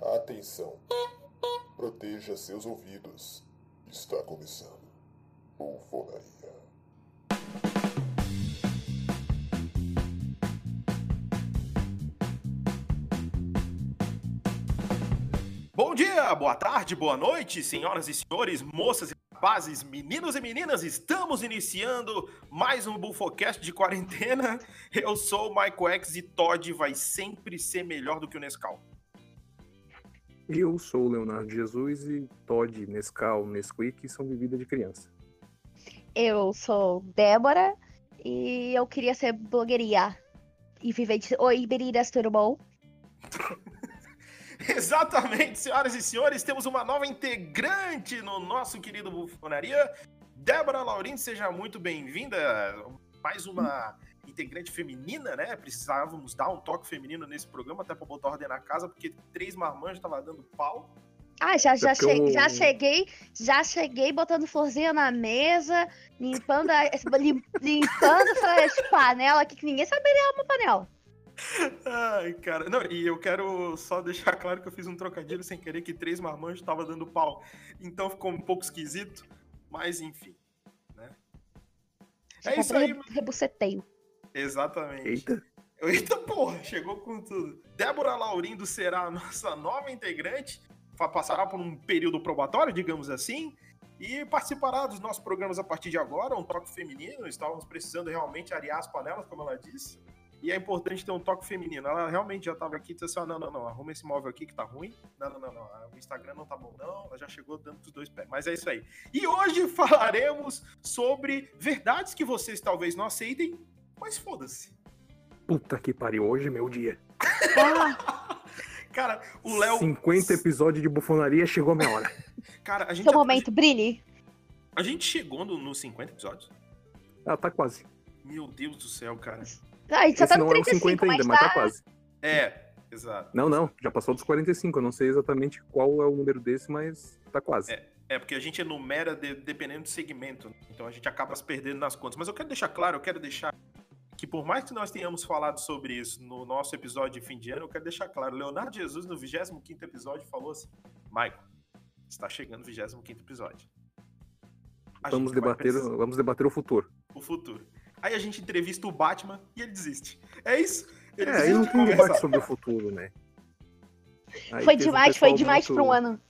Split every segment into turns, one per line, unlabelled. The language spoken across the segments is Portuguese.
Atenção! Proteja seus ouvidos. Está começando. Bufonaria.
Bom dia, boa tarde, boa noite, senhoras e senhores, moças e rapazes, meninos e meninas, estamos iniciando mais um Bufocast de quarentena. Eu sou o Michael X e Todd vai sempre ser melhor do que o Nescau.
Eu sou o Leonardo Jesus e Todd, Nescau, Nesquik são bebida de criança.
Eu sou Débora e eu queria ser blogueirinha e viver de. Oi, meninas, tudo bom?
Exatamente, senhoras e senhores, temos uma nova integrante no nosso querido Bufonaria. Débora Laurino, seja muito bem-vinda. Mais uma integrante feminina, né? Precisávamos dar um toque feminino nesse programa, até para botar ordem na casa, porque três marmanjos estavam dando pau.
Ah, já, já,
porque
che-
eu-
já cheguei, já cheguei botando florzinha na mesa, limpando, a, lim- limpando essas panelas aqui, que ninguém saberia uma panela.
Ai, cara. Não, e eu quero só deixar claro que eu fiz um trocadilho sem querer que três marmanjos estavam dando pau. Então ficou um pouco esquisito, mas enfim. Né? É isso aí,
Rebu- tá Rebuceteio.
exatamente.
Eita,
Eita porra, chegou com tudo. Débora Laurindo será a nossa nova integrante, fa- passará por um período probatório, digamos assim, e participará dos nossos programas a partir de agora, um toque feminino, estávamos precisando realmente arear as panelas, como ela disse, e é importante ter um toque feminino. Ela realmente já estava aqui e disse assim, "Ah, não, não, não, arruma esse móvel aqui que tá ruim, não, não, não, não, o Instagram não tá bom não, ela já chegou dando os dois pés, mas é isso aí. E hoje falaremos sobre verdades que vocês talvez não aceitem, mas foda-se.
puta que pariu, hoje é meu dia.
Ah. Cara, o Léo.
50 episódios de bufonaria, chegou a minha hora.
Cara, a gente,
Então,
Seu momento, brilhe.
a gente chegou no- nos 50 episódios.
Ah, tá quase.
Meu Deus do céu, cara.
Ah, a gente já
Esse
tá no
não é o
35,
50 ainda, mas
mas
tá
tá...
quase.
É, exato.
Não, não, já passou dos 45, eu não sei exatamente qual é o número desse, mas tá quase.
É, porque a gente enumera de- dependendo do segmento. né? Então a gente acaba se perdendo nas contas. Mas eu quero deixar claro, eu quero deixar que por mais que nós tenhamos falado sobre isso no nosso episódio de fim de ano, eu quero deixar claro. Leonardo Jesus, no 25 episódio, falou assim: Michael, está chegando o 25 episódio. A
Vamos
gente vai
debater,
precisar-
vamos debater o futuro.
o futuro. Aí a gente entrevista o Batman e ele desiste. É isso. Ele
É,
desiste
aí não
de
tem
conversar.
debate sobre o futuro, né? Aí
Foi
teve um
demais, foi
pessoal
demais
muito-
pra um ano.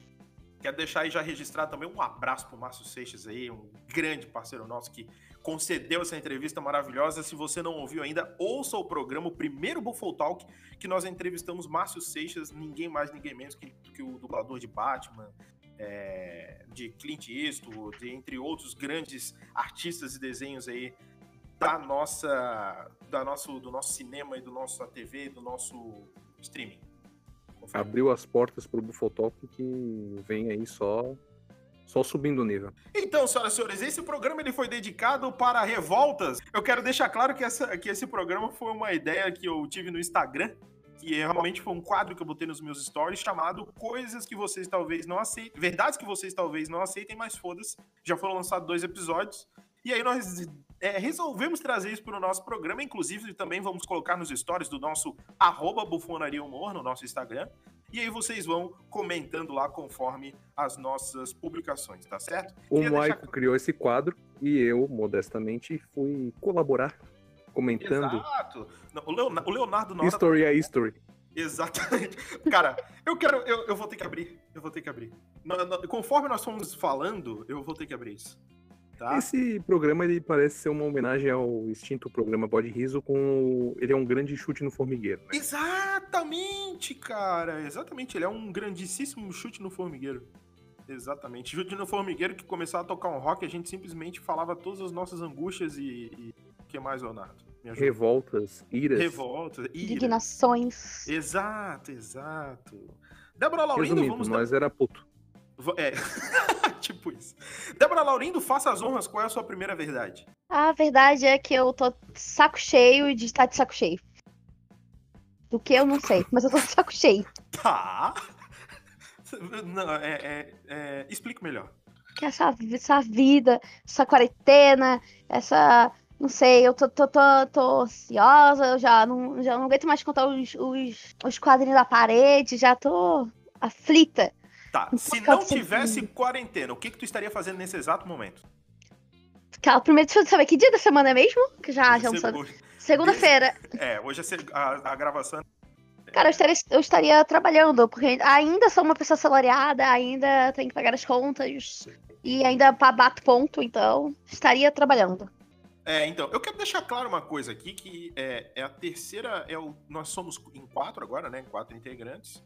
Quero deixar aí já registrado também um abraço pro Márcio Seixas aí, um grande parceiro nosso que concedeu essa entrevista maravilhosa. Se você não ouviu ainda, ouça o programa, o primeiro Buffalo Talk, que nós entrevistamos Márcio Seixas, ninguém mais, ninguém menos que, que o dublador de Batman, é, de Clint Eastwood, de, entre outros grandes artistas e desenhos aí da nossa, da nosso, do nosso cinema e do nosso TV, do nosso streaming. Confere.
Abriu as portas pro Bufotalk que vem aí só, só subindo o nível.
Então, senhoras e senhores, esse programa ele foi dedicado para revoltas. Eu quero deixar claro que, essa- que esse programa foi uma ideia que eu tive no Instagram, que realmente foi um quadro que eu botei nos meus stories chamado Coisas que vocês talvez não aceitem, verdades que vocês talvez não aceitem, mas foda-se. Já foram lançados dois episódios. E aí nós é, resolvemos trazer isso para o nosso programa. Inclusive, também vamos colocar nos stories do nosso arroba bufonaria humor no nosso Instagram. E aí vocês vão comentando lá conforme as nossas publicações, tá certo?
O
Queria
Michael
deixar-
criou esse quadro e eu, modestamente, fui colaborar, comentando
Exato. Não, o, Leon- o Leonardo na hora-
history a history.
Exatamente. Cara, eu quero. Eu, eu vou ter que abrir. Eu vou ter que abrir. Não, não, conforme nós fomos falando, eu vou ter que abrir isso. Tá?
Esse programa ele parece ser uma homenagem ao extinto programa Bode Riso com o- ele é um grande chute no formigueiro. né?
Exatamente, cara. Exatamente. Ele é um grandíssimo chute no formigueiro. Exatamente. Chute no formigueiro que começava a tocar um rock, a gente simplesmente falava todas as nossas angústias e. e- O que mais, Leonardo? Me ajuda.
Revoltas, iras.
Revolta. Ira.
Indignações.
Exato, exato. Débora Laurindo,
Resumindo, né?
vamos
nós era puto.
Va- É. tipo isso. Débora Laurindo, faça as honras, qual é a sua primeira verdade?
A verdade é que eu tô de saco cheio de estar de saco cheio. Do que eu não sei, mas eu tô de saco cheio.
Tá. Não, é, é, é, Explique melhor.
Que é essa, vi- essa vida, essa quarentena, essa. Não sei, eu tô, tô, tô, tô ansiosa, eu já não, já não aguento mais contar os, os, os quadrinhos da parede, já tô. aflita.
Tá,
Não
se
pode
não
ser
tivesse quarentena, o que que tu estaria fazendo nesse exato momento?
Calma, primeiro deixa eu saber que dia da semana é mesmo? Que já, já não
Você-
sabe.
hoje-
Segunda-feira.
É, hoje é se- a, a gravação.
Cara, eu estaria, eu estaria trabalhando, porque ainda sou uma pessoa salariada, ainda tenho que pagar as contas. E ainda pa- bato ponto, então estaria trabalhando.
É, então, eu quero deixar claro uma coisa aqui, que é, é a terceira, é o, nós somos em quatro agora, né, quatro integrantes,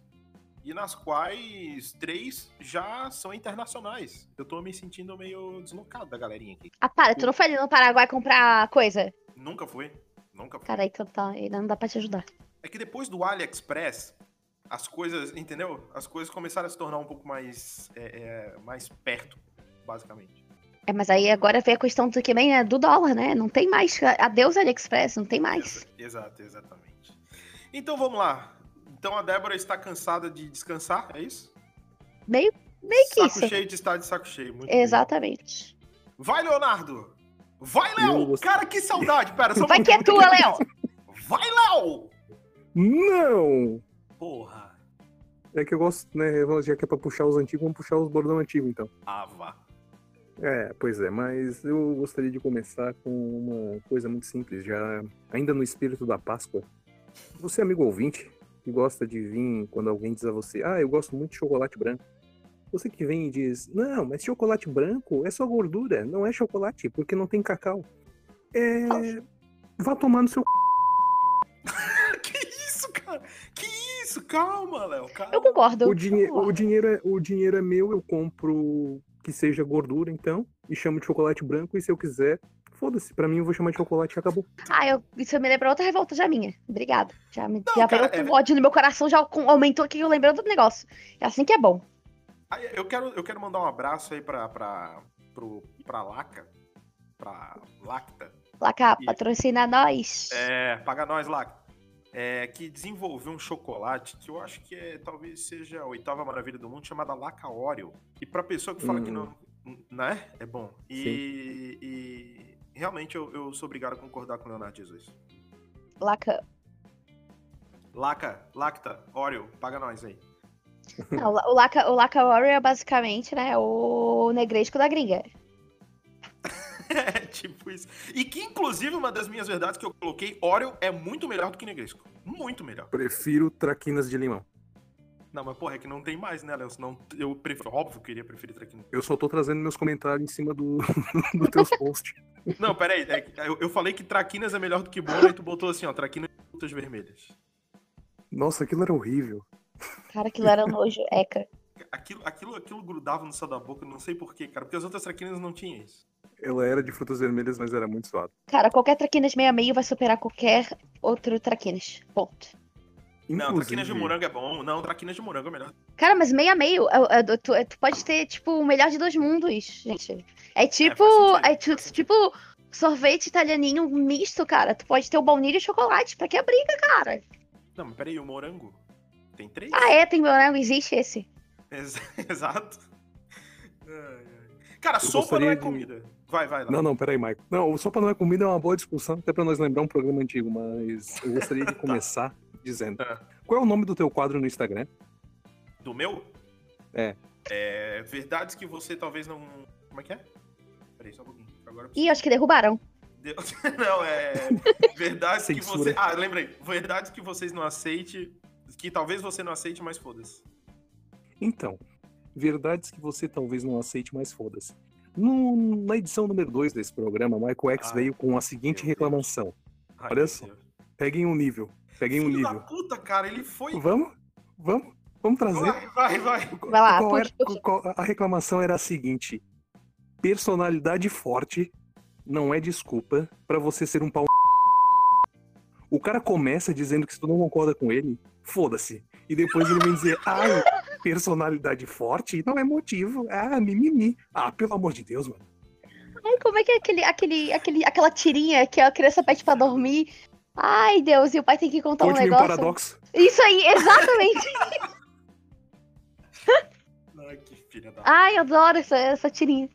e nas quais três já são internacionais. Eu tô me sentindo meio deslocado da galerinha aqui.
Ah, para, tu não foi ali no Paraguai comprar coisa?
Nunca fui, nunca fui.
Cara, então tá, ainda não dá pra te ajudar.
É que depois do AliExpress, as coisas, entendeu? As coisas começaram a se tornar um pouco mais, é, é, mais perto, basicamente.
É, mas aí agora vem a questão do que vem, né, do dólar, né? Não tem mais. Adeus AliExpress, não tem mais.
Exato, exatamente. Então vamos lá. Então a Débora está cansada de descansar, é isso?
Meio, meio que
saco
isso.
cheio de estar de saco cheio. Muito bem.
Exatamente.
Vai, Leonardo! Vai,
Eu
Léo!
gostei.
Cara, que saudade! Pera, só um
Vai que é
minuto.
tua, Léo!
Vai, Léo!
Não!
Porra!
É que eu gosto, né? Já que é pra puxar os antigos, vamos puxar os bordão antigo, então.
Ava.
É, pois é, mas eu gostaria de começar com uma coisa muito simples, já ainda no espírito da Páscoa. Você, é amigo ouvinte, que gosta de vir quando alguém diz a você, ah, eu gosto muito de chocolate branco. Você que vem e diz, não, mas chocolate branco é só gordura, não é chocolate, porque não tem cacau. É. Vá tomar no seu c...
Que isso, cara? Que isso? Calma, Léo. Calma.
Eu concordo.
o, dinhe...
eu
o,
concordo.
dinheiro é... o dinheiro é meu, eu compro que seja gordura, então, e chamo de chocolate branco, e se eu quiser, foda-se, pra mim eu vou chamar de chocolate e acabou.
Ah, eu, isso me lembrou outra revolta já minha. Obrigada. Já, me,
Não,
já
cara,
veio
é-
o ódio no meu coração, já com- aumentou aqui, eu lembrando do negócio. É assim que é bom.
Ah, Eu quero, eu quero mandar um abraço aí pra, pra, pro, pra Laca. Pra Lacta.
Placa,
E-
patrocina nós.
É, paga nós, Lacta. É, que desenvolveu um chocolate que eu acho que é, talvez seja a oitava maravilha do mundo, chamada Laca Oreo. E pra pessoa que fala que não. Né? É bom. E, e realmente eu, eu sou obrigado a concordar com o Leonardo Jesus.
Laca.
Laca, Lacta, Oreo, paga nós aí.
Não, o Laca, o Laca Warrior é basicamente, né, o negresco da gringa.
É, tipo isso. E que, inclusive, uma das minhas verdades que eu coloquei, Oreo é muito melhor do que Negresco. Muito melhor.
Prefiro traquinas de limão.
Não, mas porra, é que não tem mais, né, Léo? Senão eu prefiro. Óbvio que eu iria preferir Traquinas.
Eu só tô trazendo meus comentários em cima do, do teus posts.
Não, peraí. É, que eu, eu falei que Traquinas é melhor do que Bona e tu botou assim, ó, Traquinas e frutas vermelhas.
Nossa, aquilo era horrível.
Cara, aquilo era um nojo, eca.
Aquilo, aquilo, aquilo grudava no céu da boca, não sei porquê, cara. Porque as outras Traquinas não tinham isso.
Ela era de frutas vermelhas, mas era muito suado.
Cara, qualquer traquinas meia meio vai superar qualquer outro traquinas. Ponto.
Não, Traquinas de morango é bom. Não, Traquinas de morango é melhor.
Cara, mas meia meio, é- é- tu, é- tu pode ter, tipo, o melhor de dois mundos, gente. É tipo.
sentido.
É, ti- tipo sorvete italianinho misto, cara. Tu pode ter o baunilha e chocolate. Pra que a briga, cara?
Não, mas peraí, o morango? Tem três?
Ah, é, tem morango, existe esse.
Ex- Exato. Ai, ai. Cara, sopa
gostaria
não é
de-
comida. Vai, vai lá.
Não, não, peraí, Maicon. Não, o Sopa Não É Comida é uma boa discussão, até pra nós lembrar um programa antigo, mas eu gostaria de começar dizendo.
Ah.
Qual é o nome do teu quadro no Instagram?
Do meu?
É.
É. Verdades que você talvez não. Como é que é? Peraí, só um pouquinho. Agora eu
Ih, acho que derrubaram.
Deu- Não, é. Verdades que
Censura.
você. Ah, lembrei. Verdades que vocês não aceitem. Que talvez você não aceite, mas foda-se.
Então, verdades que você talvez não aceite, mas foda-se. No- na edição número 2 desse programa, Michael X
Ah,
veio com a seguinte
meu Deus.
reclamação.
Ai,
Olha
meu
só,
Deus.
Peguem um nível. Peguem um
Filho da
nível.
puta, cara, ele foi.
Vamos? Vamos? Vamos trazer?
Vai, vai, vai.
Vai lá,
Qual era-
puxa, puxa.
qual- a reclamação era a seguinte: personalidade forte não é desculpa pra você ser um pau. no O cara começa dizendo que se tu não concorda com ele, foda-se. E depois ele vem dizer, ai, personalidade forte não é motivo. Ah, mimimi. Ah, pelo amor de Deus, mano.
Tá Ai, como é que é aquele, aquele, aquele, aquela tirinha que a criança pede pra dormir? Ai, Deus, e o pai tem que contar um
Conte-me um
negócio.
paradoxo.
Isso aí, exatamente.
Ai, que filha da
Ai, eu adoro essa, essa tirinha.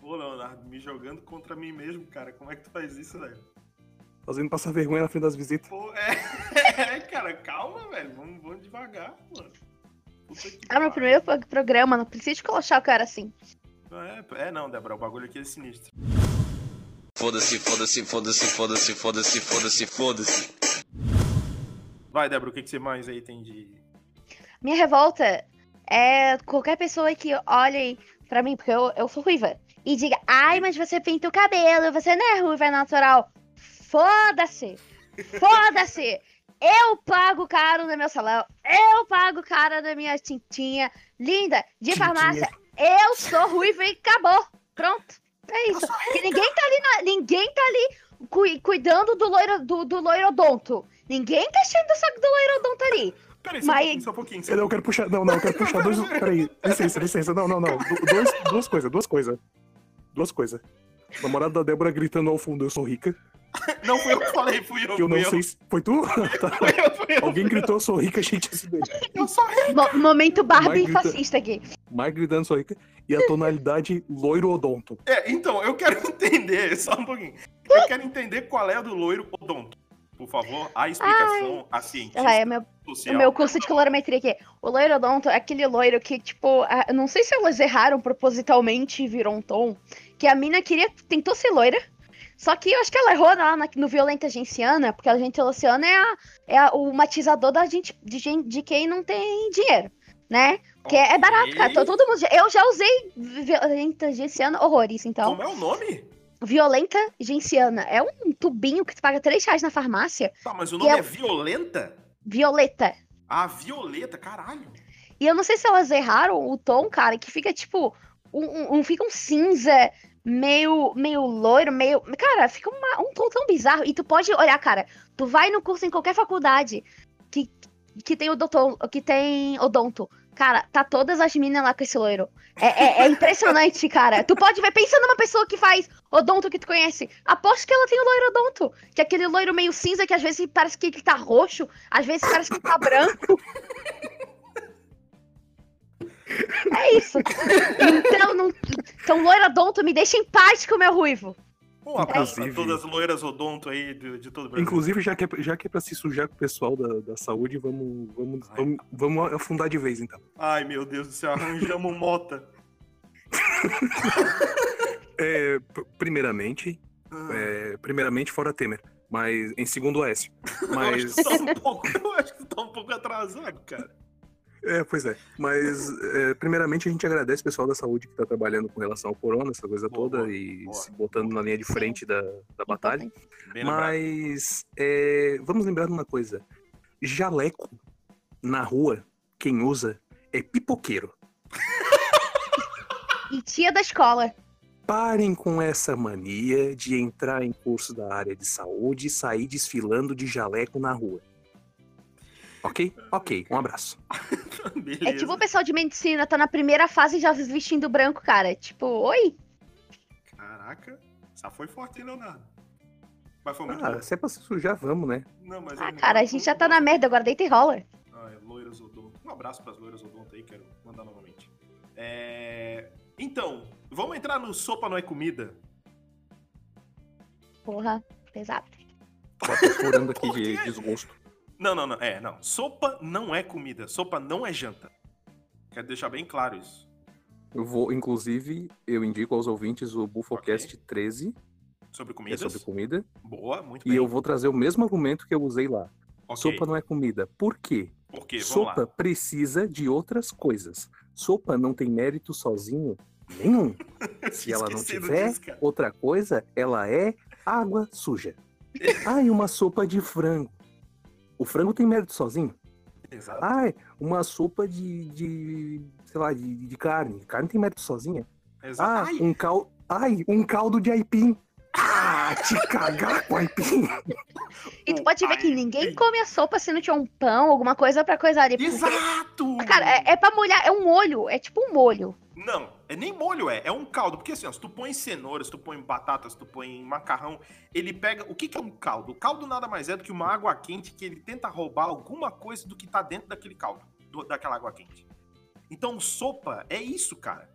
Pô, Leonardo, me jogando contra mim mesmo, cara. Como é que tu faz isso, velho?
Fazendo passar vergonha na frente das visitas.
Pô, é, é, cara, calma, velho. Vamos, vamos devagar, mano. Puta que
É meu
pariu.
primeiro pro- programa, não precisa de colocar o cara assim.
É, é, não, Débora, o bagulho aqui é sinistro.
Foda-se, foda-se, foda-se, foda-se, foda-se, foda-se, foda-se.
Vai, Débora, o que, que você mais aí tem de.
Minha revolta é qualquer pessoa que olhe pra mim, porque eu, eu sou ruiva, e diga: ai, mas você pinta o cabelo, você não é ruiva, é natural. Foda-se! Foda-se! Eu pago caro no meu salão, eu pago caro na minha tintinha linda de farmácia. Eu sou ruiva e acabou. Pronto. É isso. Porque ninguém tá ali, na- ninguém tá ali cui- cuidando do, loiro, do, do loirodonto. Ninguém tá cheio do saco do loirodonto ali.
Peraí, só um
Mas-
pouquinho, só um pouquinho. só um
Eu não eu quero puxar. Não, não, eu quero puxar dois. Peraí, licença, licença. Não, não, não. Du- Dois, duas coisas, duas coisas. Duas coisas. Namorada da Débora gritando ao fundo, eu sou rica.
pouquinho. Não fui eu que falei, fui eu.
Que eu não
fui
sei se. Foi tu? Tá.
Fui eu, fui eu.
Alguém gritou, eu sou rica, a gente é se beija.
Eu só
Mo- momento Barbie
Magda-
fascista aqui.
Mike gritando, sou rica. E a tonalidade loiro odonto.
É, então, eu quero entender, só um pouquinho. Eu quero entender qual é a do loiro odonto. Por favor, a explicação, a cientista
Ah, é meu,
social.
o meu curso de colorimetria aqui. O loirodonto é aquele loiro que, tipo, a- eu não sei se elas erraram propositalmente e virou um tom. Que a mina queria, tentou ser loira. Só que eu acho que ela errou lá na- no Violenta Genciana, porque a gente genciana é, a- é a- o matizador da gente, de, gen- de quem não tem dinheiro, né? Porque é barato, cara. Tá todo mundo, eu já usei Violenta Genciana, horrores, então.
Como é o nome?
Violenta Genciana é um tubinho que tu paga 3 reais na farmácia
Tá, mas o nome
é-
é Violenta?
Violeta.
Ah, Violeta, caralho.
E eu não sei se elas erraram o tom, cara, que fica tipo. Um, um- um- fica um cinza, meio, meio loiro, meio. Cara, fica uma- um tom tão bizarro. E tu pode olhar, cara, tu vai no curso em qualquer faculdade que, que tem odonto, que tem odonto. Cara, tá todas as minas lá com esse loiro. É, é- é impressionante, cara. Tu pode ver, pensa numa pessoa que faz odonto que tu conhece. Aposto que ela tem o loiro odonto. Que é aquele loiro meio cinza que às vezes parece que ele tá roxo, às vezes parece que ele tá branco. É isso. Então, não... então loirodonto, me deixa em paz com o meu ruivo.
Um abraço pra
Inclusive-
todas as loiras odonto aí de, de todo o Brasil.
Inclusive, já que, é, já que é pra se sujar com o pessoal da, da saúde, vamos, vamos,
Ai.
vamos, vamos afundar de vez, então.
Ai, meu Deus do céu, arranjamos um mota.
É, pr- primeiramente,
Ah,
é, primeiramente, fora Temer. Mas, em segundo, Oeste.
eu, acho
Mas,
que tá um pouco, eu acho que tá um pouco atrasado, cara.
é, pois é. Mas, é, primeiramente, a gente agradece o pessoal da saúde que tá trabalhando com relação ao corona, essa coisa
Boa,
toda,
boa,
e
boa.
se botando na linha de
Sim.
frente da, da
Então,
batalha.
Bem lembrado.
Mas, é, vamos lembrar de uma coisa. Jaleco, na rua, quem usa é pipoqueiro.
E assim, tia da escola. É
Parem com essa mania de entrar em curso da área de saúde e sair desfilando de jaleco na rua. Ok? Ok, um abraço.
Beleza.
É tipo o pessoal de medicina, tá na primeira fase e já se vestindo branco, cara. Tipo, oi?
Caraca, essa foi forte, hein, Leonardo? Mas foi muito
Ah,
bom.
se é pra se sujar, vamos, né?
Não, mas
Ah,
ele-
cara, a gente já tá na merda agora, deita e rola.
Ah, é loiras odonto. Um abraço pras loiras odonto aí, quero mandar novamente. É, Então, vamos entrar no Sopa Não É Comida?
Porra, pesado.
Tá procurando aqui
Por quê?
de desgosto.
Não, não, não. É, não. Sopa não é comida. Sopa não é janta. Quero deixar bem claro isso.
Eu vou, inclusive, eu indico aos ouvintes o Bufocast 13,
Sobre
que é
comidas?
sobre comida,
Boa, muito
e
bem.
eu vou trazer o mesmo argumento que eu usei lá.
Ok,
Sopa não é comida. Por quê?
Por quê? Vamos
Sopa
lá.
precisa de outras coisas. Sopa não tem mérito sozinho nenhum. Se ela não
Esquecido
tiver
disso, cara.
outra coisa, ela é água suja. Ai, uma sopa de frango. O frango tem mérito sozinho?
Exato.
Ai, uma sopa de, de sei lá, de, de carne. Carne tem mérito sozinha? Ah,
exato. Ai,
um caldo. Ai, um caldo de aipim. Ah, te cagar com aipim.
E tu pode ver que
Ai,
ninguém
bem.
come a sopa se não tiver um pão, alguma coisa pra coisar
um-
ali. porque-
Exato!
Cara, é, é pra molhar, é um molho, é tipo um molho.
Não, é nem molho, é. É um caldo. Porque assim, ó, se tu põe cenoura, se tu põe batata, se tu põe macarrão, ele pega. O que, que é um caldo? O caldo nada mais é do que uma água quente que ele tenta roubar alguma coisa do que tá dentro daquele caldo, do- daquela água quente. Então, sopa é isso, cara.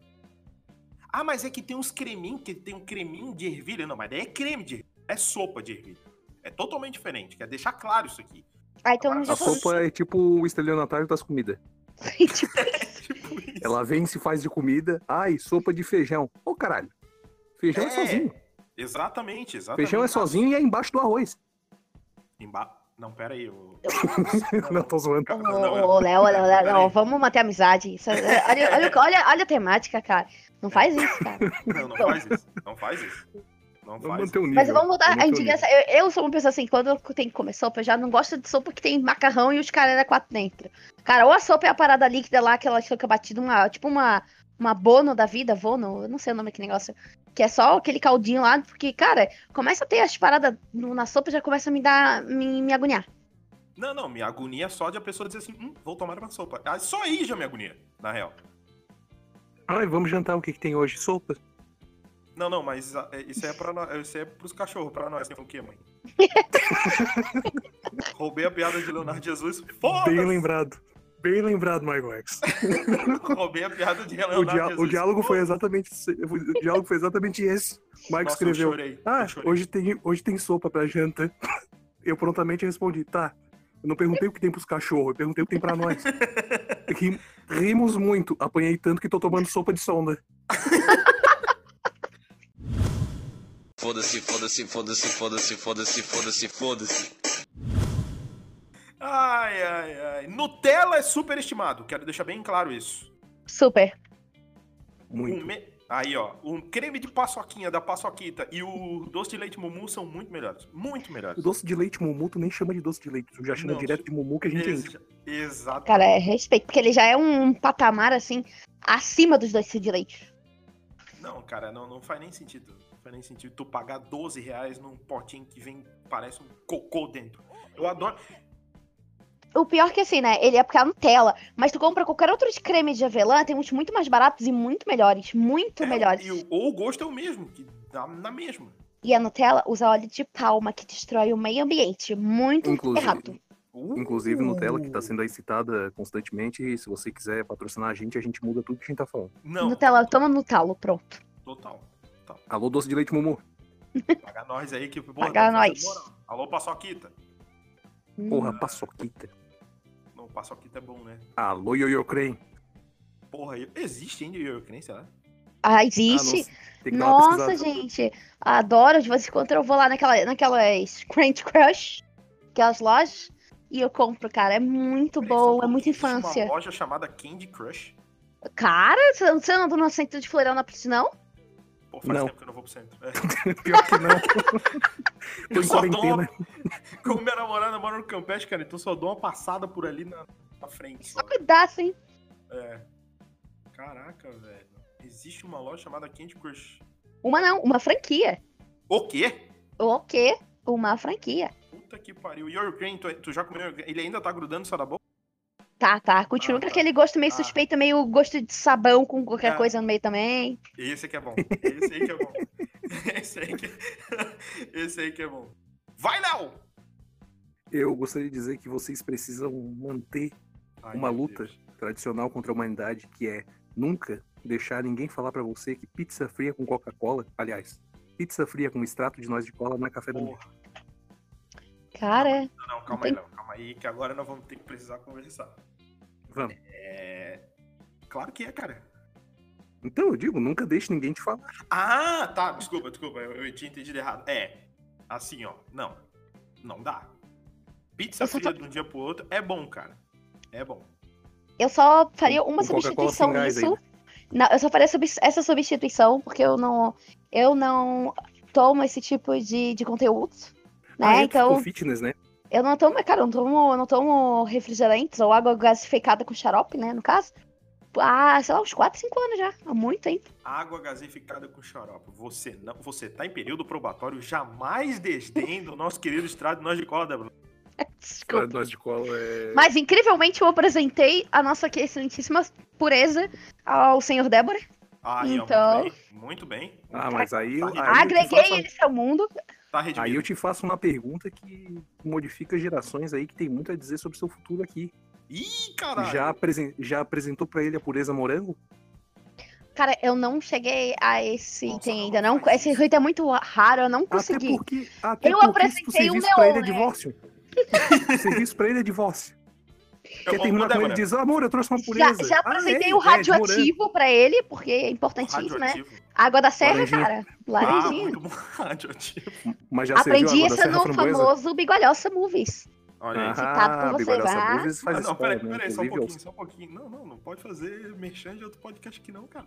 Ah, mas é que tem uns creminhos, que tem um creminho de ervilha. Não, mas daí é creme de ervilha. É sopa de ervilha. É totalmente diferente. Quer deixar claro isso aqui.
Ah, então
Agora,
já
A
tô...
sou-
sopa é tipo o estelionatário das comidas.
tipo,
Tipo isso.
Ela vem e se faz de comida. Ai, sopa de feijão. Ô, caralho. Feijão é,
É,
sozinho.
Exatamente, exatamente.
Feijão é sozinho e é embaixo do arroz.
Emba... Não, pera aí. Eu...
Não, tô zoando.
ô,
Não, não,
ô, ô, Léo, Léo, Léo, não,
Peraí.
vamos manter a amizade. Isso- é, olha, olha, o- olha, olha a temática, cara. Não faz isso, cara.
Não, não faz isso. Não faz isso. Não
Vamos
faz isso.
manter o nível.
Mas vamos voltar
manter
à
o
indignação. Eu, eu sou uma pessoa assim, quando eu tenho que comer sopa, eu já não gosto de sopa que tem macarrão e os caras era quatro dentro. Cara, ou a sopa é a parada líquida lá, aquela que fica batida, uma, tipo uma, uma bono da vida, vono, eu não sei o nome que negócio. Que é só aquele caldinho lá, porque, cara, começa a ter as paradas no- na sopa já começa a me dar, me, me agoniar.
Não, não, minha agonia é só de a pessoa dizer assim, hum, vou tomar uma sopa. Ah, Só aí já me agonia, na real.
nível. Ai, vamos jantar. O que, que tem hoje? Sopa.
Não, não, mas ah, é- isso é, pra nós, isso é pros cachorros, pra nós. Tem o quê, mãe? Roubei a piada de Leonardo Jesus.
Bem
Foda-se!
lembrado. Bem lembrado, Michael X.
Roubei a piada de Leonardo
O, dia-
Jesus.
o diálogo foi
Foda-se.
exatamente esse- o diálogo foi exatamente esse. O Mike
Nossa, eu
escreveu.
chorei,
Ah,
eu chorei.
hoje tem, hoje tem sopa pra janta. Eu prontamente respondi, tá. Eu não perguntei o que tem pros cachorros, eu perguntei o que tem pra nós. Rim- rimos muito, apanhei tanto que tô tomando sopa de sonda.
Foda-se, foda-se, foda-se, foda-se, foda-se, foda-se, foda-se.
Ai, ai, ai. Nutella é superestimado, quero deixar bem claro isso.
Super.
O
Muito.
Um me- Aí, ó, o creme de paçoquinha da paçoquita e o doce de leite mumu são muito melhores. Muito melhores.
O doce de leite Mumu, tu nem chama de doce de leite, tu já chama
Hum. Não,
direto de Mumu que a gente é íntimo.
Ex exato.
Cara, é respeito, porque ele já é um patamar, assim, acima dos dois de leite.
Não, cara, não, não faz nem sentido. Não faz nem sentido tu pagar 12 reais num potinho que vem, parece um cocô dentro. Eu adoro.
O pior que assim, né? Ele é porque é a Nutella. Mas tu compra qualquer outro de creme de avelã, tem uns muito mais baratos e muito melhores. Muito
É,
melhores.
E o, ou o gosto é o mesmo, que dá na mesma.
E a Nutella usa óleo de palma que destrói o meio ambiente. Muito
Inclusive.
errado.
Uh!
Inclusive Nutella, que tá sendo aí citada constantemente, e se você quiser patrocinar a gente, a gente muda tudo que a gente tá falando.
Não,
Nutella, toma Nutalo, pronto.
total.
Alô, doce de leite Mumu.
Paga nós aí que. Porra,
Paga
tá fazendo
nós.
moral. Alô, paçoquita.
Hum, ah,
Porra,
Hum.
paçoquita.
Não, paçoquita é bom, né?
Alô, Ah, Yoyo Crem.
Porra, eu- existe ainda eu creio, sei lá.
Ah,
Ah, não
existe.
sei. Tem que dar uma
Nossa,
pesquisada.
gente. Adoro. De vez em quando eu vou lá naquela, naquelas Crunch Crush, aquelas lojas, e eu compro, cara. É muito
Peraí,
bom,
só-
é muita
existe
infância.
Uma loja chamada Candy Crush.
Cara, você você não andou no centro de Florianópolis, não?
Pô, faz
Não.
tempo que eu não vou pro centro. É.
Pior que não. Tô
Eu
em
só dou
quarentena.
uma... Como minha namorada mora no Campeche, cara, então só dou uma passada por ali na, na frente. só.
Só assim. cuidado, hein?
É. Caraca, velho. Existe uma loja chamada Candy Crush.
Uma não, uma franquia.
O quê?
O quê? Uma franquia.
Puta que pariu. Your Green, tu, tu já comeu? Your Green? Ele ainda tá grudando só na boca?
Tá, tá. Continua
Ah,
com
tá.
aquele gosto meio
Ah.
suspeito, meio gosto de sabão com qualquer
Ah.
coisa no meio também.
Esse que é bom. Esse aí que é bom. Esse aí que, Esse aí que é bom. Vai, Léo!
Eu gostaria de dizer que vocês precisam manter
Ai,
Uma
meu
luta.
Deus.
tradicional contra a humanidade, que é nunca deixar ninguém falar pra você que pizza fria com Coca-Cola, aliás, pizza fria com extrato de noz de cola não é café da manhã.
Porra.
Cara,
Não, não, calma aí, Léo. Calma aí, que agora nós vamos ter que precisar conversar.
Vamos.
É. Claro que é, cara.
Então eu digo, nunca deixe ninguém te falar.
Ah, tá. Desculpa, desculpa. Eu, eu tinha entendido errado. É. Assim, ó. Não. Não dá. Pizza
Eu só
fria de um dia pro outro é bom, cara. É bom.
eu só faria uma
com Coca-Cola
substituição
sem gás
nisso. Não, eu só faria subs- essa substituição, porque eu não, eu não tomo esse tipo de, de conteúdo. Né?
Ah, é, tu ficou
então,
fitness, né?
eu não tomo, cara, eu não tomo, eu não tomo refrigerantes ou água gasificada com xarope, né? No caso. Ah, sei lá, uns 4, 5 anos já. Há muito tempo.
Água gaseificada com xarope. Você não, você tá em período probatório, jamais desdém do nosso querido estrado de nós de cola, Débora.
Desculpa.
Noz de cola é...
Mas incrivelmente eu apresentei a nossa excelentíssima pureza ao senhor Débora.
Aí, ó,
Então.
Muito bem. Muito bem.
Ah, mas aí... eu- aí eu te
Agreguei
faço-
ele ao mundo.
Tá
Aí
redimido.
eu te faço uma pergunta que modifica gerações aí, que tem muito a dizer sobre o seu futuro aqui.
Ih, caralho.
Já, apresen- já apresentou pra ele a pureza morango?
Cara, eu não cheguei a esse
Nossa,
item
não,
ainda.
não
Não,
faz
esse
isso.
item é muito raro, eu não
Até
consegui.
porque, até
Eu
porque se
apresentei
tu serviço
o
pra
Leon,
ele é
né?
divórcio. serviço pra ele é divórcio. Quer
ô,
terminar com ele
Débora,
e diz, amor, eu trouxe uma
Já,
pureza.
já
Ah,
apresentei
é,
o
é, de morango.
radioativo pra ele, porque é importantíssimo, né?
radioativo.
Água da serra,
Laranjinha.
cara.
Ah,
Laranjinha.
muito bom. Radioativo.
Mas já
Aprendi
serviu a água da
isso
Serra
no
Framboesa?
famoso Bigolhossa Movies.
Olha isso.
Citado por
Ah,
você, tá?
Bigorna
vá.
Sabores faz
Ah, não,
spoiler,
peraí,
né?
peraí, só um
Inclusive,
pouquinho, só um pouquinho. Não, não, não pode fazer merchan de outro podcast aqui não, cara.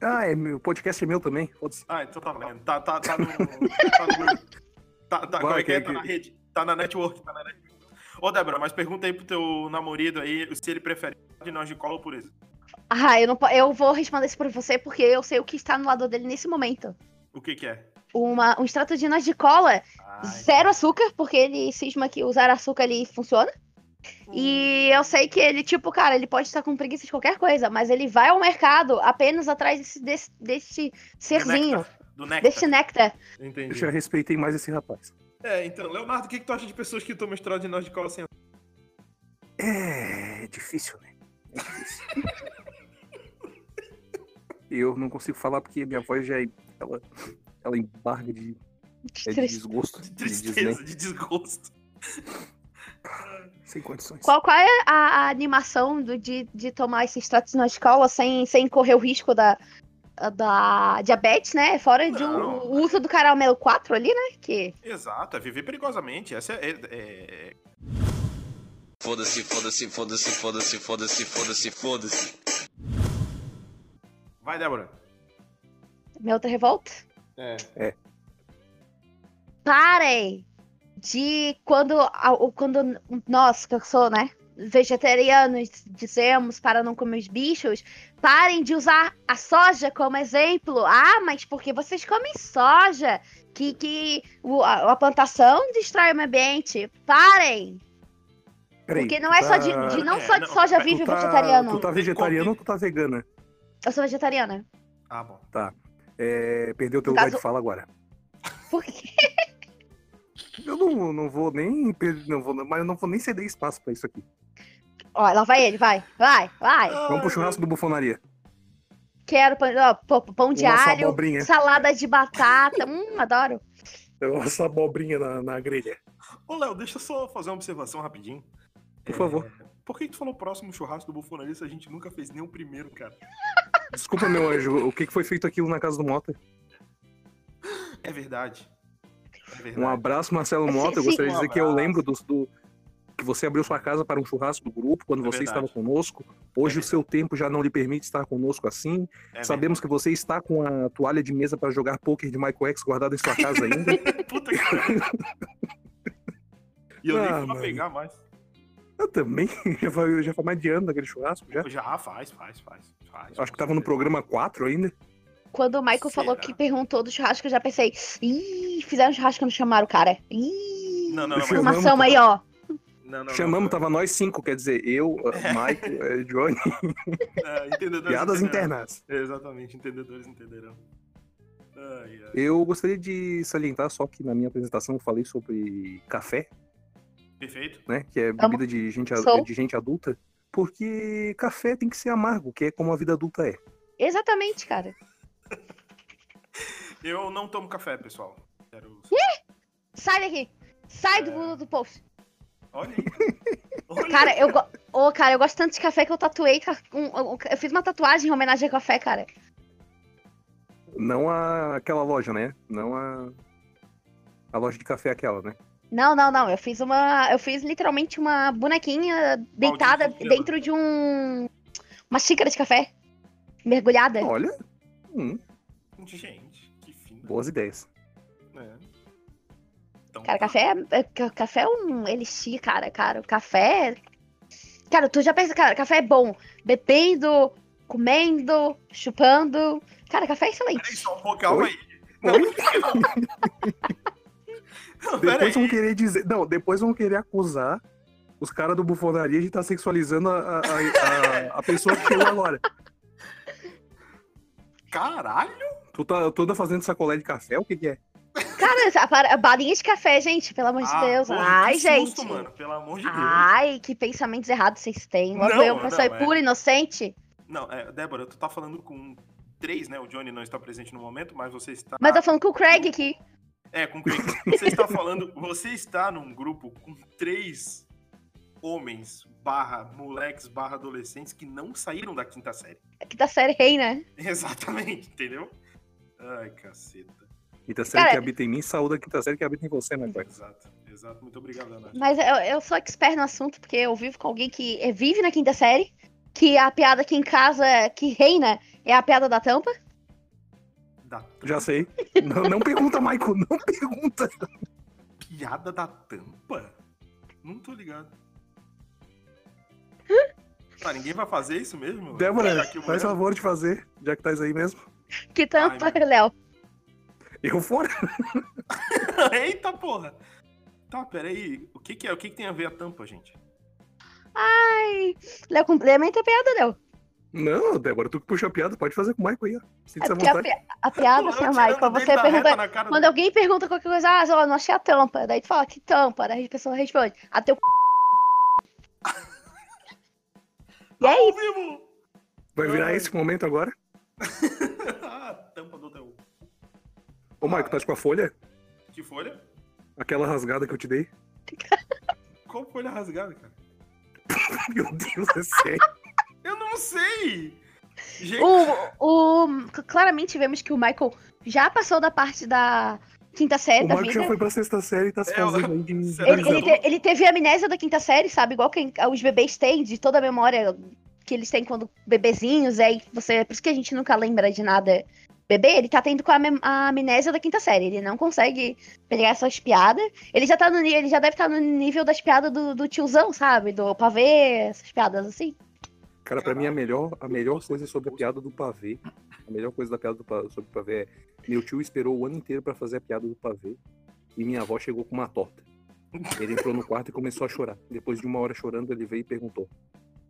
eu- Ah, é, meu- o podcast é meu também. Foda-se.
Ah, então tá valendo. Tá, tá, tá no. tá no- tá, tá, como é que é? Tá na rede. Tá na network, tá na network. Ô, Débora, mas pergunta aí pro teu namorado aí se ele prefere de nós de cola ou pureza.
Ah, eu, não, po- eu vou responder isso pra você, porque eu sei o que está no lado dele nesse momento.
O que que é?
Uma, um extrato de nós de cola,
Ah,
zero açúcar, porque ele cisma que usar açúcar ali funciona. E eu sei que ele, tipo, cara, ele pode estar com preguiça de qualquer coisa, mas ele vai ao mercado apenas atrás desse, desse, desse
do
serzinho,
néctar, Do néctar.
desse néctar.
Eu
Entendi.
já respeitei mais esse rapaz.
É, então, Leonardo, o que, que tu acha de pessoas que tomam estrada de nós de cola sem açúcar?
É, é difícil, né? É difícil. eu não consigo falar porque minha voz já... é- Ela, ela embarga de, é de desgosto.
De
de desdém,
tristeza, de desgosto?
sem condições.
Qual, qual é a, a animação do- de, de tomar esse extrato na escola sem, sem correr o risco da, da diabetes, né? Fora de um,
Não.
o uso do caramelo 4 ali, né? Que
Exato, é viver perigosamente. Essa é. é- é-
Foda-se, foda-se, foda-se, foda-se, foda-se, foda-se, foda-se.
Vai, Débora.
minha outra revolta.
É.
Parem de quando, a- o- quando nós, que eu sou, né? Vegetarianos, dizemos para não comer os bichos, parem de usar a soja como exemplo. Ah, mas porque vocês comem soja? Que, que o- a, a plantação destrói o meio ambiente. Parem!
Peraí,
Porque
tu
não é só de,
tá-
de- não
É,
só de
não,
soja
tu
vive
tu tá-
vegetariano.
Tu tá vegetariano ou tu tá vegana?
Eu sou vegetariana.
Ah, bom.
É, perdeu
No
teu lugar
caso-
de fala agora.
Por quê?
Eu não, não vou nem... per- Não vou, mas eu não vou nem ceder espaço pra isso aqui.
Ó, lá vai ele, vai, vai, vai.
Ah,
Vamos pro churrasco do bufonaria.
Quero pão, ó, pô- pão de
Nossa
alho,
abobrinha.
salada de batata. hum, adoro.
Essa abobrinha na, na grelha.
Ô, Léo, deixa eu só fazer uma observação rapidinho. É,
Por favor.
Por que que tu falou próximo churrasco do bufonaria se a gente nunca fez nem o primeiro, cara?
Desculpa, meu anjo, o que que foi feito aquilo na casa do Mota?
É verdade. É verdade.
Um abraço, Marcelo
Sim,
Mota. Eu
sim.
gostaria de
Um
dizer que eu
abraço.
lembro do, do- que você abriu sua casa para um churrasco do grupo quando
É
você
verdade.
estava conosco. Hoje
É
o seu tempo já não lhe permite estar conosco assim.
É
Sabemos que você está com a toalha de mesa para jogar poker de Michael X guardada em sua casa ainda.
verdade. Puta que pariu. E eu nem
Ah,
fui lá
mano.
pegar mais.
eu também. Já foi, já foi mais de ano daquele churrasco já.
Já ah, faz, faz, faz. faz
Acho que
com
tava no
certeza.
programa 4 ainda.
Quando o Michael falou
Será?
que perguntou do churrasco, eu já pensei, ih, fizeram churrasco e não chamaram o cara. Ih,
Não, não, não. Mas...
Chamamos,
informação aí, ó.
não, não, não.
Chamamos, tava nós cinco, quer dizer, eu, Michael, eh, Johnny.
É, entendedores
Piadas
entenderão.
internas.
Exatamente, entendedores entenderão. Ai, ai.
Eu gostaria de salientar só que na minha apresentação eu falei sobre café,
Perfeito.
né? Que é bebida de gente, a-
Sou.
de gente adulta. Porque café tem que ser amargo, que é como a vida adulta é.
Exatamente, cara.
Eu não tomo café, pessoal. Quero...
Sai daqui. Sai do mundo do post.
Olha aí. Olha
Cara, eu, go... Ô, cara, eu gosto tanto de café que eu tatuei. ca- um- um- Eu fiz uma tatuagem em homenagem ao café, cara.
Não a, aquela loja, né? Não a. A loja de café é aquela, né?
Não, não, não. Eu fiz uma. Eu fiz literalmente uma bonequinha deitada
estrela.
dentro de um. Uma xícara de café. Mergulhada.
Olha, hum,
Gente, que fim.
boas ideias.
É. Então,
Cara,
tá.
café é, é- ca- café é um elixir, cara, cara. O café. é, Cara, tu já pensa, cara, café é bom. Bebendo, comendo, chupando. Cara, café é
Peraí,
excelente.
só um pouco, calma
Oi?
aí. Não, não, peraí.
Depois vão querer dizer. Não, depois vão querer acusar os caras do bufonaria de estar sexualizando a, a, a- a- a pessoa que chegou agora.
Caralho!
Tu tá toda fazendo sacolé de café? O que, que é?
Cara, essa par- a balinha de café, gente, pelo amor de
um Ah,
Deus.
porra,
Ai,
que
gente. Ah.
Susto, mano, pelo amor de Deus.
Ai, que pensamentos errados vocês têm. Logo
Não,
eu, pessoa
não, é.
pura, inocente.
Não, é, Débora, tu tá falando com três, né? O Johnny não está presente no momento, mas você está.
Mas eu tô falando com o Craig aqui.
É, com quem? Você está falando. Você está num grupo com três homens barra moleques barra adolescentes que não saíram da quinta série.
Aqui da tá série né? reina.
Exatamente, entendeu? Ai, caceta.
Quinta série que
Cara-
habita em mim, saúde a quinta série que habita em você, né, pai?
Exato, exato. Muito obrigado, Ana.
Mas eu, eu sou expert no assunto, porque eu vivo com alguém que eh, vive na quinta série, que a piada aqui em casa que reina é a piada da tampa.
Da
Já sei. não, não pergunta, Michael, não pergunta.
piada da tampa? Não tô ligado. Tá, ninguém vai fazer isso mesmo?
Débora,
Tá aqui o
faz
momento.
favor de fazer, já que tá aí mesmo.
Que tampa,
Ai, meu.
Léo?
Eu fora.
Eita porra! Tá, peraí. O que que é? O que que tem a ver a tampa, gente?
Ai, Léo, complementa a piada, Léo.
Não, Débora, tu que puxa a piada, pode fazer com o Michael aí, ó.
É
Sinta-se à
porque a,
vontade.
pi- a piada,
Eu
senhor
tirando
Michael,
o dedo
você
da
pergunta.
reta na cara
Quando
dele.
alguém pergunta qualquer coisa, ah, ó, não achei a tampa. Daí tu fala, que tampa? Daí a pessoa responde, a teu c. E é
Ao
isso.
vivo!
Vai virar esse momento agora.
ah, tampa do teu.
Ô, Michael, tá com a folha?
Que folha?
Aquela rasgada que eu te dei?
Qual folha rasgada, cara?
Meu Deus, é sério.
Eu não sei! Gente,
O, o- claramente vemos que o Michael já passou da parte da quinta série
O
É da
Michael
vida.
já foi pra sexta série e tá se
É, eu-
fazendo aí de...
Será
Ele,
que
ele te- ele teve amnésia da quinta série, sabe? Igual que os bebês têm, de toda a memória que eles têm quando bebezinhos, aí você. é Por isso que a gente nunca lembra de nada. Bebê, ele tá tendo com a, mem- a amnésia da quinta série. Ele não consegue pegar essas piadas. Ele já tá no ni- ele já deve estar no nível das piadas do, do tiozão, sabe? Do pavê, essas piadas assim.
Cara, pra mim a melhor, a melhor coisa sobre a piada do pavê, a melhor coisa da piada do pa- sobre o pavê é meu tio esperou o ano inteiro pra fazer a piada do pavê e minha avó chegou com uma torta. Ele entrou no quarto e começou a chorar. Depois de uma hora chorando, ele veio e perguntou: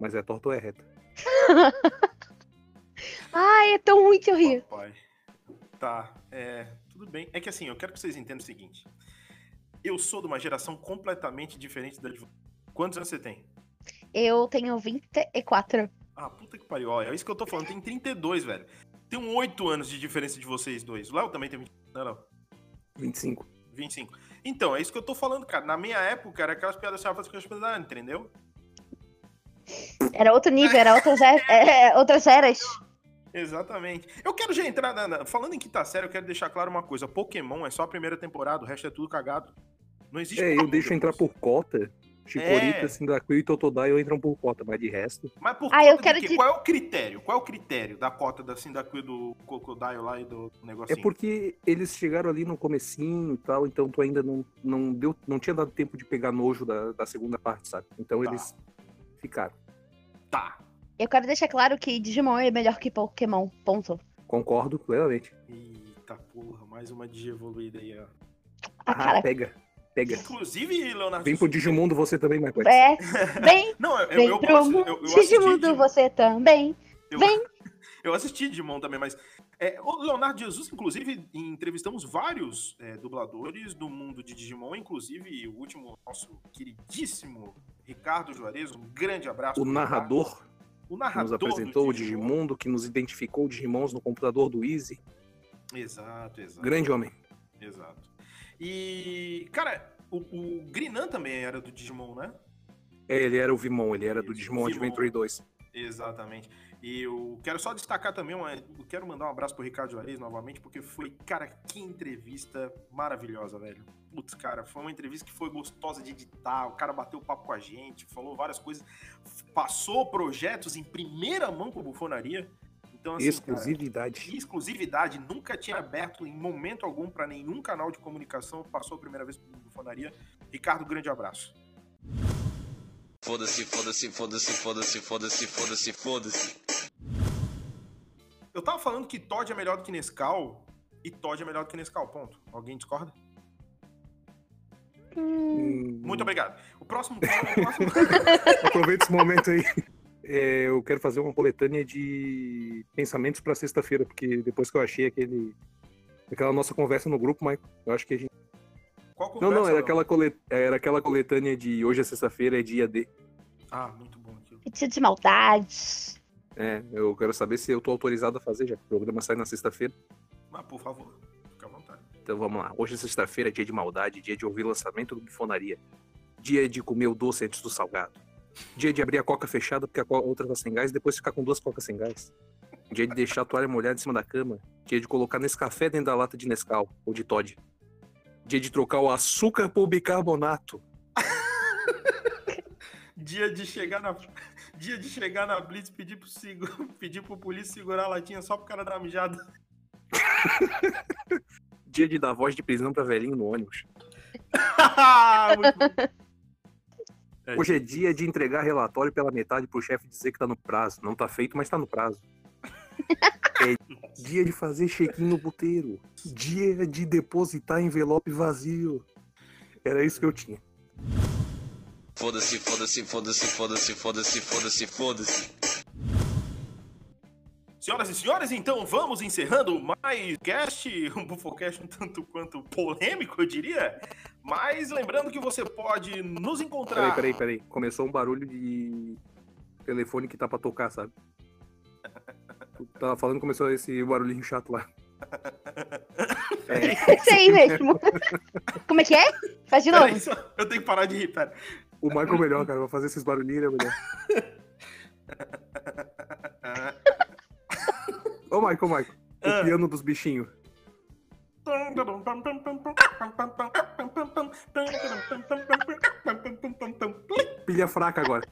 Mas é torta ou é reta?
Ai, é tão ruim que eu rio.
Papai. Tá, é. Tudo bem. É que assim, eu quero que vocês entendam o seguinte. Eu sou de uma geração completamente diferente da de vocês. Quantos anos você tem?
Eu tenho 24.
Ah, puta que pariu. ó, É isso que eu tô falando. Tem 32, velho. Tem 8 anos de diferença de vocês dois. O né, Léo também tem 20. Não, não.
25.
25. Então, é isso que eu tô falando, cara. Na minha época, era aquelas piadas que eu achava que eu achava, ah, entendeu?
Era outro nível, era outras, er- é, outras eras.
Exatamente. Eu quero já entrar na, na- Falando em quinta série, eu quero deixar claro uma coisa. Pokémon é só a primeira temporada, o resto é tudo cagado. Não existe
É, eu
Pokémon
deixo entrar
depois.
por cota. Chicorita,
É.
Sindacuil e Totodile entram por cota, mas de resto.
Mas por
Ah,
conta
eu
de
quero
quê?
de-
Qual é o critério? Qual é o critério da cota da Sindacuil do Crocodile lá e do negocinho?
É porque eles chegaram ali no comecinho e tal, então tu ainda não, não deu, não tinha dado tempo de pegar nojo da, da segunda parte, sabe? Então
Tá.
eles ficaram.
Tá.
Eu quero deixar claro que Digimon é melhor que Pokémon. Ponto.
Concordo plenamente.
Eita porra, mais uma de evoluída aí, ó.
Ah,
Ah,
cara.
pega, pega.
Inclusive, Leonardo.
Vem pro Digimundo você também, Michael.
É. Bem,
Não, eu, eu,
vem
É, eu
pro
gosto- eu- eu
mundo
assisti
Digimundo
Digimon.
você também.
Eu,
Vem.
eu assisti Digimon também, mas. é, o Leonardo Jesus, inclusive, entrevistamos vários é, dubladores do mundo de Digimon, inclusive o último, nosso queridíssimo Ricardo Juarez. Um grande abraço.
O
pro Ricardo.
narrador
O
que nos
narrador. do
apresentou o Digimundo, que nos identificou o Digimons no computador do Easy.
Exato, exato.
Grande homem.
Exato. E, cara, o, o Grinan também era do Digimon, né?
É, ele era o Vimon, ele era do
Isso,
Digimon
Vimon.
Adventure 2.
Exatamente. E eu quero só destacar também, uma- eu quero mandar um abraço pro Ricardo Juarez novamente, porque foi, cara, que entrevista maravilhosa, velho. Putz, cara, foi uma entrevista que foi gostosa de editar, o cara bateu papo com a gente, falou várias coisas, f- passou projetos em primeira mão com a bufonaria. Então, assim, cara,
Exclusividade.
de exclusividade, nunca tinha aberto em momento algum para nenhum canal de comunicação, passou a primeira vez por Bufonaria. Ricardo, grande abraço.
Foda-se, foda-se, foda-se, foda-se, foda-se, foda-se, foda-se.
Eu tava falando que Todd é melhor do que Nescau e Todd é melhor do que Nescau, ponto. Alguém discorda?
Hum,
Muito obrigado. O próximo call é o próximo...
Aproveita esse momento aí. É, eu quero fazer uma coletânea de pensamentos para sexta-feira, porque depois que eu achei aquele aquela nossa conversa no grupo, Michael, eu acho que a gente
Qual
Não,
conversa,
não, era
Léo?
aquela colet... era aquela coletânea de hoje é sexta-feira, é dia D.
Ah, muito bom aquilo.
Pedido de maldade.
É, eu quero saber se eu tô autorizado a fazer, já que o programa sai na sexta-feira.
Mas, por favor, fica à vontade.
Então vamos lá. Hoje é sexta-feira, dia de maldade, dia de ouvir lançamento do Bifonaria. Dia de comer o doce antes do salgado. Dia de abrir a coca fechada porque a co- outra tá sem gás, depois ficar com duas cocas sem gás. Dia de deixar a toalha molhada em cima da cama. Dia de colocar nesse café dentro da lata de Nescau ou de Todd. Dia de trocar o açúcar por bicarbonato.
Dia de chegar na, dia de chegar na Blitz pedir pro, segu- pedir pro polícia segurar a latinha só pro cara dar uma mijada.
Dia de dar voz de prisão pra velhinho no ônibus.
Ah, Muito bom. É
Hoje é dia de entregar relatório pela metade pro chefe dizer que tá no prazo. Não tá feito, mas tá no prazo. é dia de fazer check-in no puteiro. Dia de depositar envelope vazio. Era isso que eu tinha.
Foda-se, foda-se, foda-se, foda-se, foda-se, foda-se, foda-se.
Senhoras e senhores, então vamos encerrando mais cast, um bufocast um tanto quanto polêmico, eu diria. Mas lembrando que você pode nos
Peraí,
encontrar.
peraí, peraí. Começou um barulho de telefone que tá pra tocar, sabe? Tu tava falando, começou esse barulhinho chato lá. É,
Isso aí mesmo. Como é que é? Faz de
Peraí,
novo.
só- eu tenho que parar de rir, pera.
o Michael é melhor, cara. Vai fazer esses barulhinhos, ele é melhor. Ô, Michael, Michael.
Ah.
O piano dos bichinhos. Pilha fraca agora.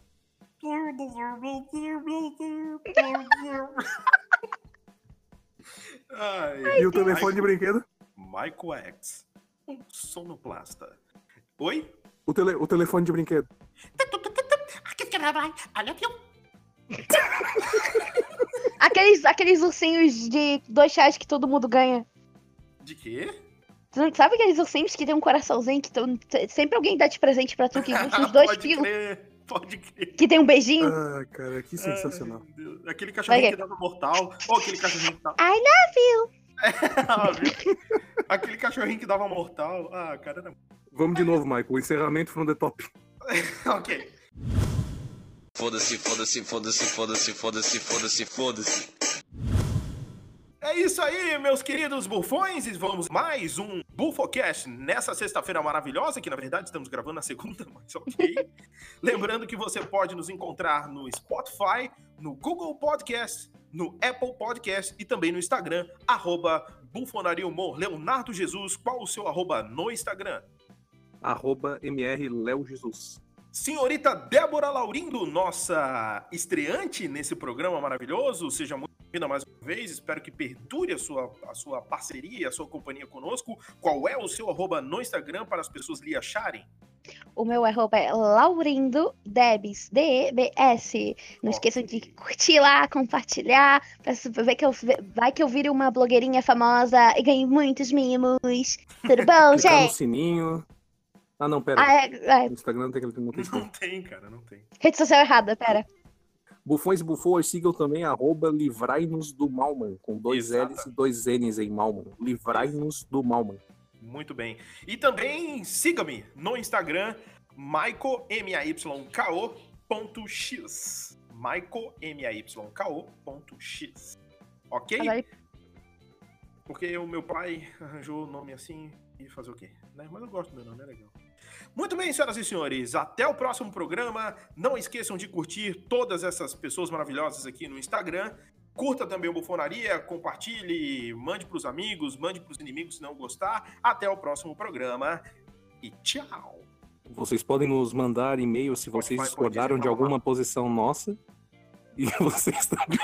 Ai,
E o telefone de brinquedo?
Michael X, um sonoplasta. Oi?
O, tele, o telefone de brinquedo.
Aqueles, aqueles ursinhos de dois reais que todo mundo ganha.
De quê?
Tu não sabe aqueles ursinhos que tem um coraçãozinho que tu- sempre alguém dá de presente pra tu que custa uns dois
Ah, pode
quilos,
crer, pode crer.
que tem um beijinho?
Ah, cara, que sensacional.
Ai, meu Deus. Aquele cachorrinho
Vai,
que dava mortal. Ou aquele cachorrinho que tá dava.
I
love you! aquele cachorrinho que dava mortal. Ah, cara, era
Vamos de novo, Michael. O encerramento from the top.
Ok.
Foda-se, foda-se, foda-se, foda-se, foda-se, foda-se, foda-se.
É isso aí, meus queridos bufões, e vamos mais um Bufocast nessa sexta-feira maravilhosa, que na verdade estamos gravando na segunda, mas ok. Lembrando que você pode nos encontrar no Spotify, no Google Podcast, no Apple Podcast e também no Instagram, arroba bufonariumor, Leonardo Jesus, qual o seu arroba no Instagram?
Arroba MR Léo Jesus.
Senhorita Débora Laurindo, nossa estreante nesse programa maravilhoso, seja muito bem-vinda mais uma vez. Espero que perdure a sua, a sua parceria e a sua companhia conosco. Qual é o seu arroba no Instagram para as pessoas lhe acharem?
O meu arroba é Laurindo Debs, D-E-B-S. Não esqueçam de curtir lá, compartilhar, pra se- ver que eu, vai que eu vire uma blogueirinha famosa e ganhe muitos mimos. Tudo
Tá
bom,
Clicar no
Então, gente?
sininho. Ah, não, pera.
Ah, é, é,
No Instagram não tem aquele não tem
Não
Instagram.
tem, cara, não tem.
rede social errada, pera.
Bufões e bufoas, sigam também arroba livrai-nos do Malman, com dois
Exato.
L's e dois N's em Malman. Livrai-nos do Malman.
Muito bem. E também siga-me no Instagram, Michael, M-A-Y-K-O, ponto X. Michael, M-A-Y-K-O, ponto X. Ok?
Agora,
Porque o meu pai arranjou o nome assim e fazer o quê? né? Mas eu gosto do meu nome, é legal. Muito bem, senhoras e senhores, até o próximo programa. Não esqueçam de curtir todas essas pessoas maravilhosas aqui no Instagram. Curta também o Bufonaria, compartilhe, mande pros amigos, mande pros inimigos se não gostar. Até o próximo programa e tchau.
Vocês podem nos mandar e-mail se
Spotify
vocês
pode
discordaram de
reclamar.
alguma posição nossa. E vocês também.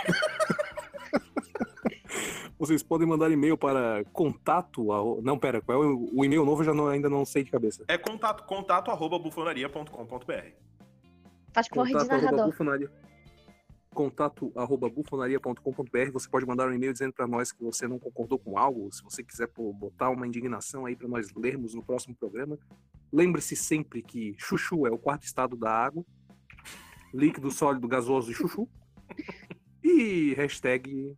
vocês podem mandar e-mail para contato. arro- Não, pera, qual é o, o e-mail novo? Eu já não, ainda não sei de cabeça.
É contato, contato arroba bufonaria.com.br.
faz com
tá
de
Contato arroba
narrador.
bufonaria. Contato arroba bufonaria.com.br. Você pode mandar um e-mail dizendo para nós que você não concordou com algo. Se você quiser pô, botar uma indignação aí para nós lermos no próximo programa. Lembre-se sempre que chuchu é o quarto estado da água. Líquido, sólido, gasoso e chuchu. E hashtag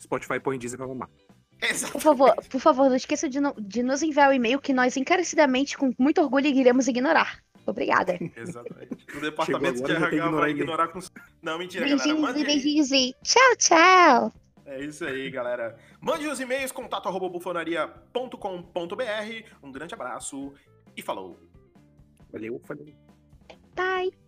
Spotify põe Disney pra mamar.
Por
Exato.
favor, por favor, não esqueçam de, no- de nos enviar o e-mail que nós encarecidamente, com muito orgulho, iremos ignorar. Obrigada.
Exatamente. O departamento de
agora, já tem que
RH vai
ignorar
ignorar com. Não, mentira, galera.
Beijinhos
Mande
e
aí.
beijinhos e tchau, tchau.
É isso aí, galera. Mande os e-mails, contato arroba bufonaria.com.br. Um grande abraço e falou!
Valeu, valeu.
Bye.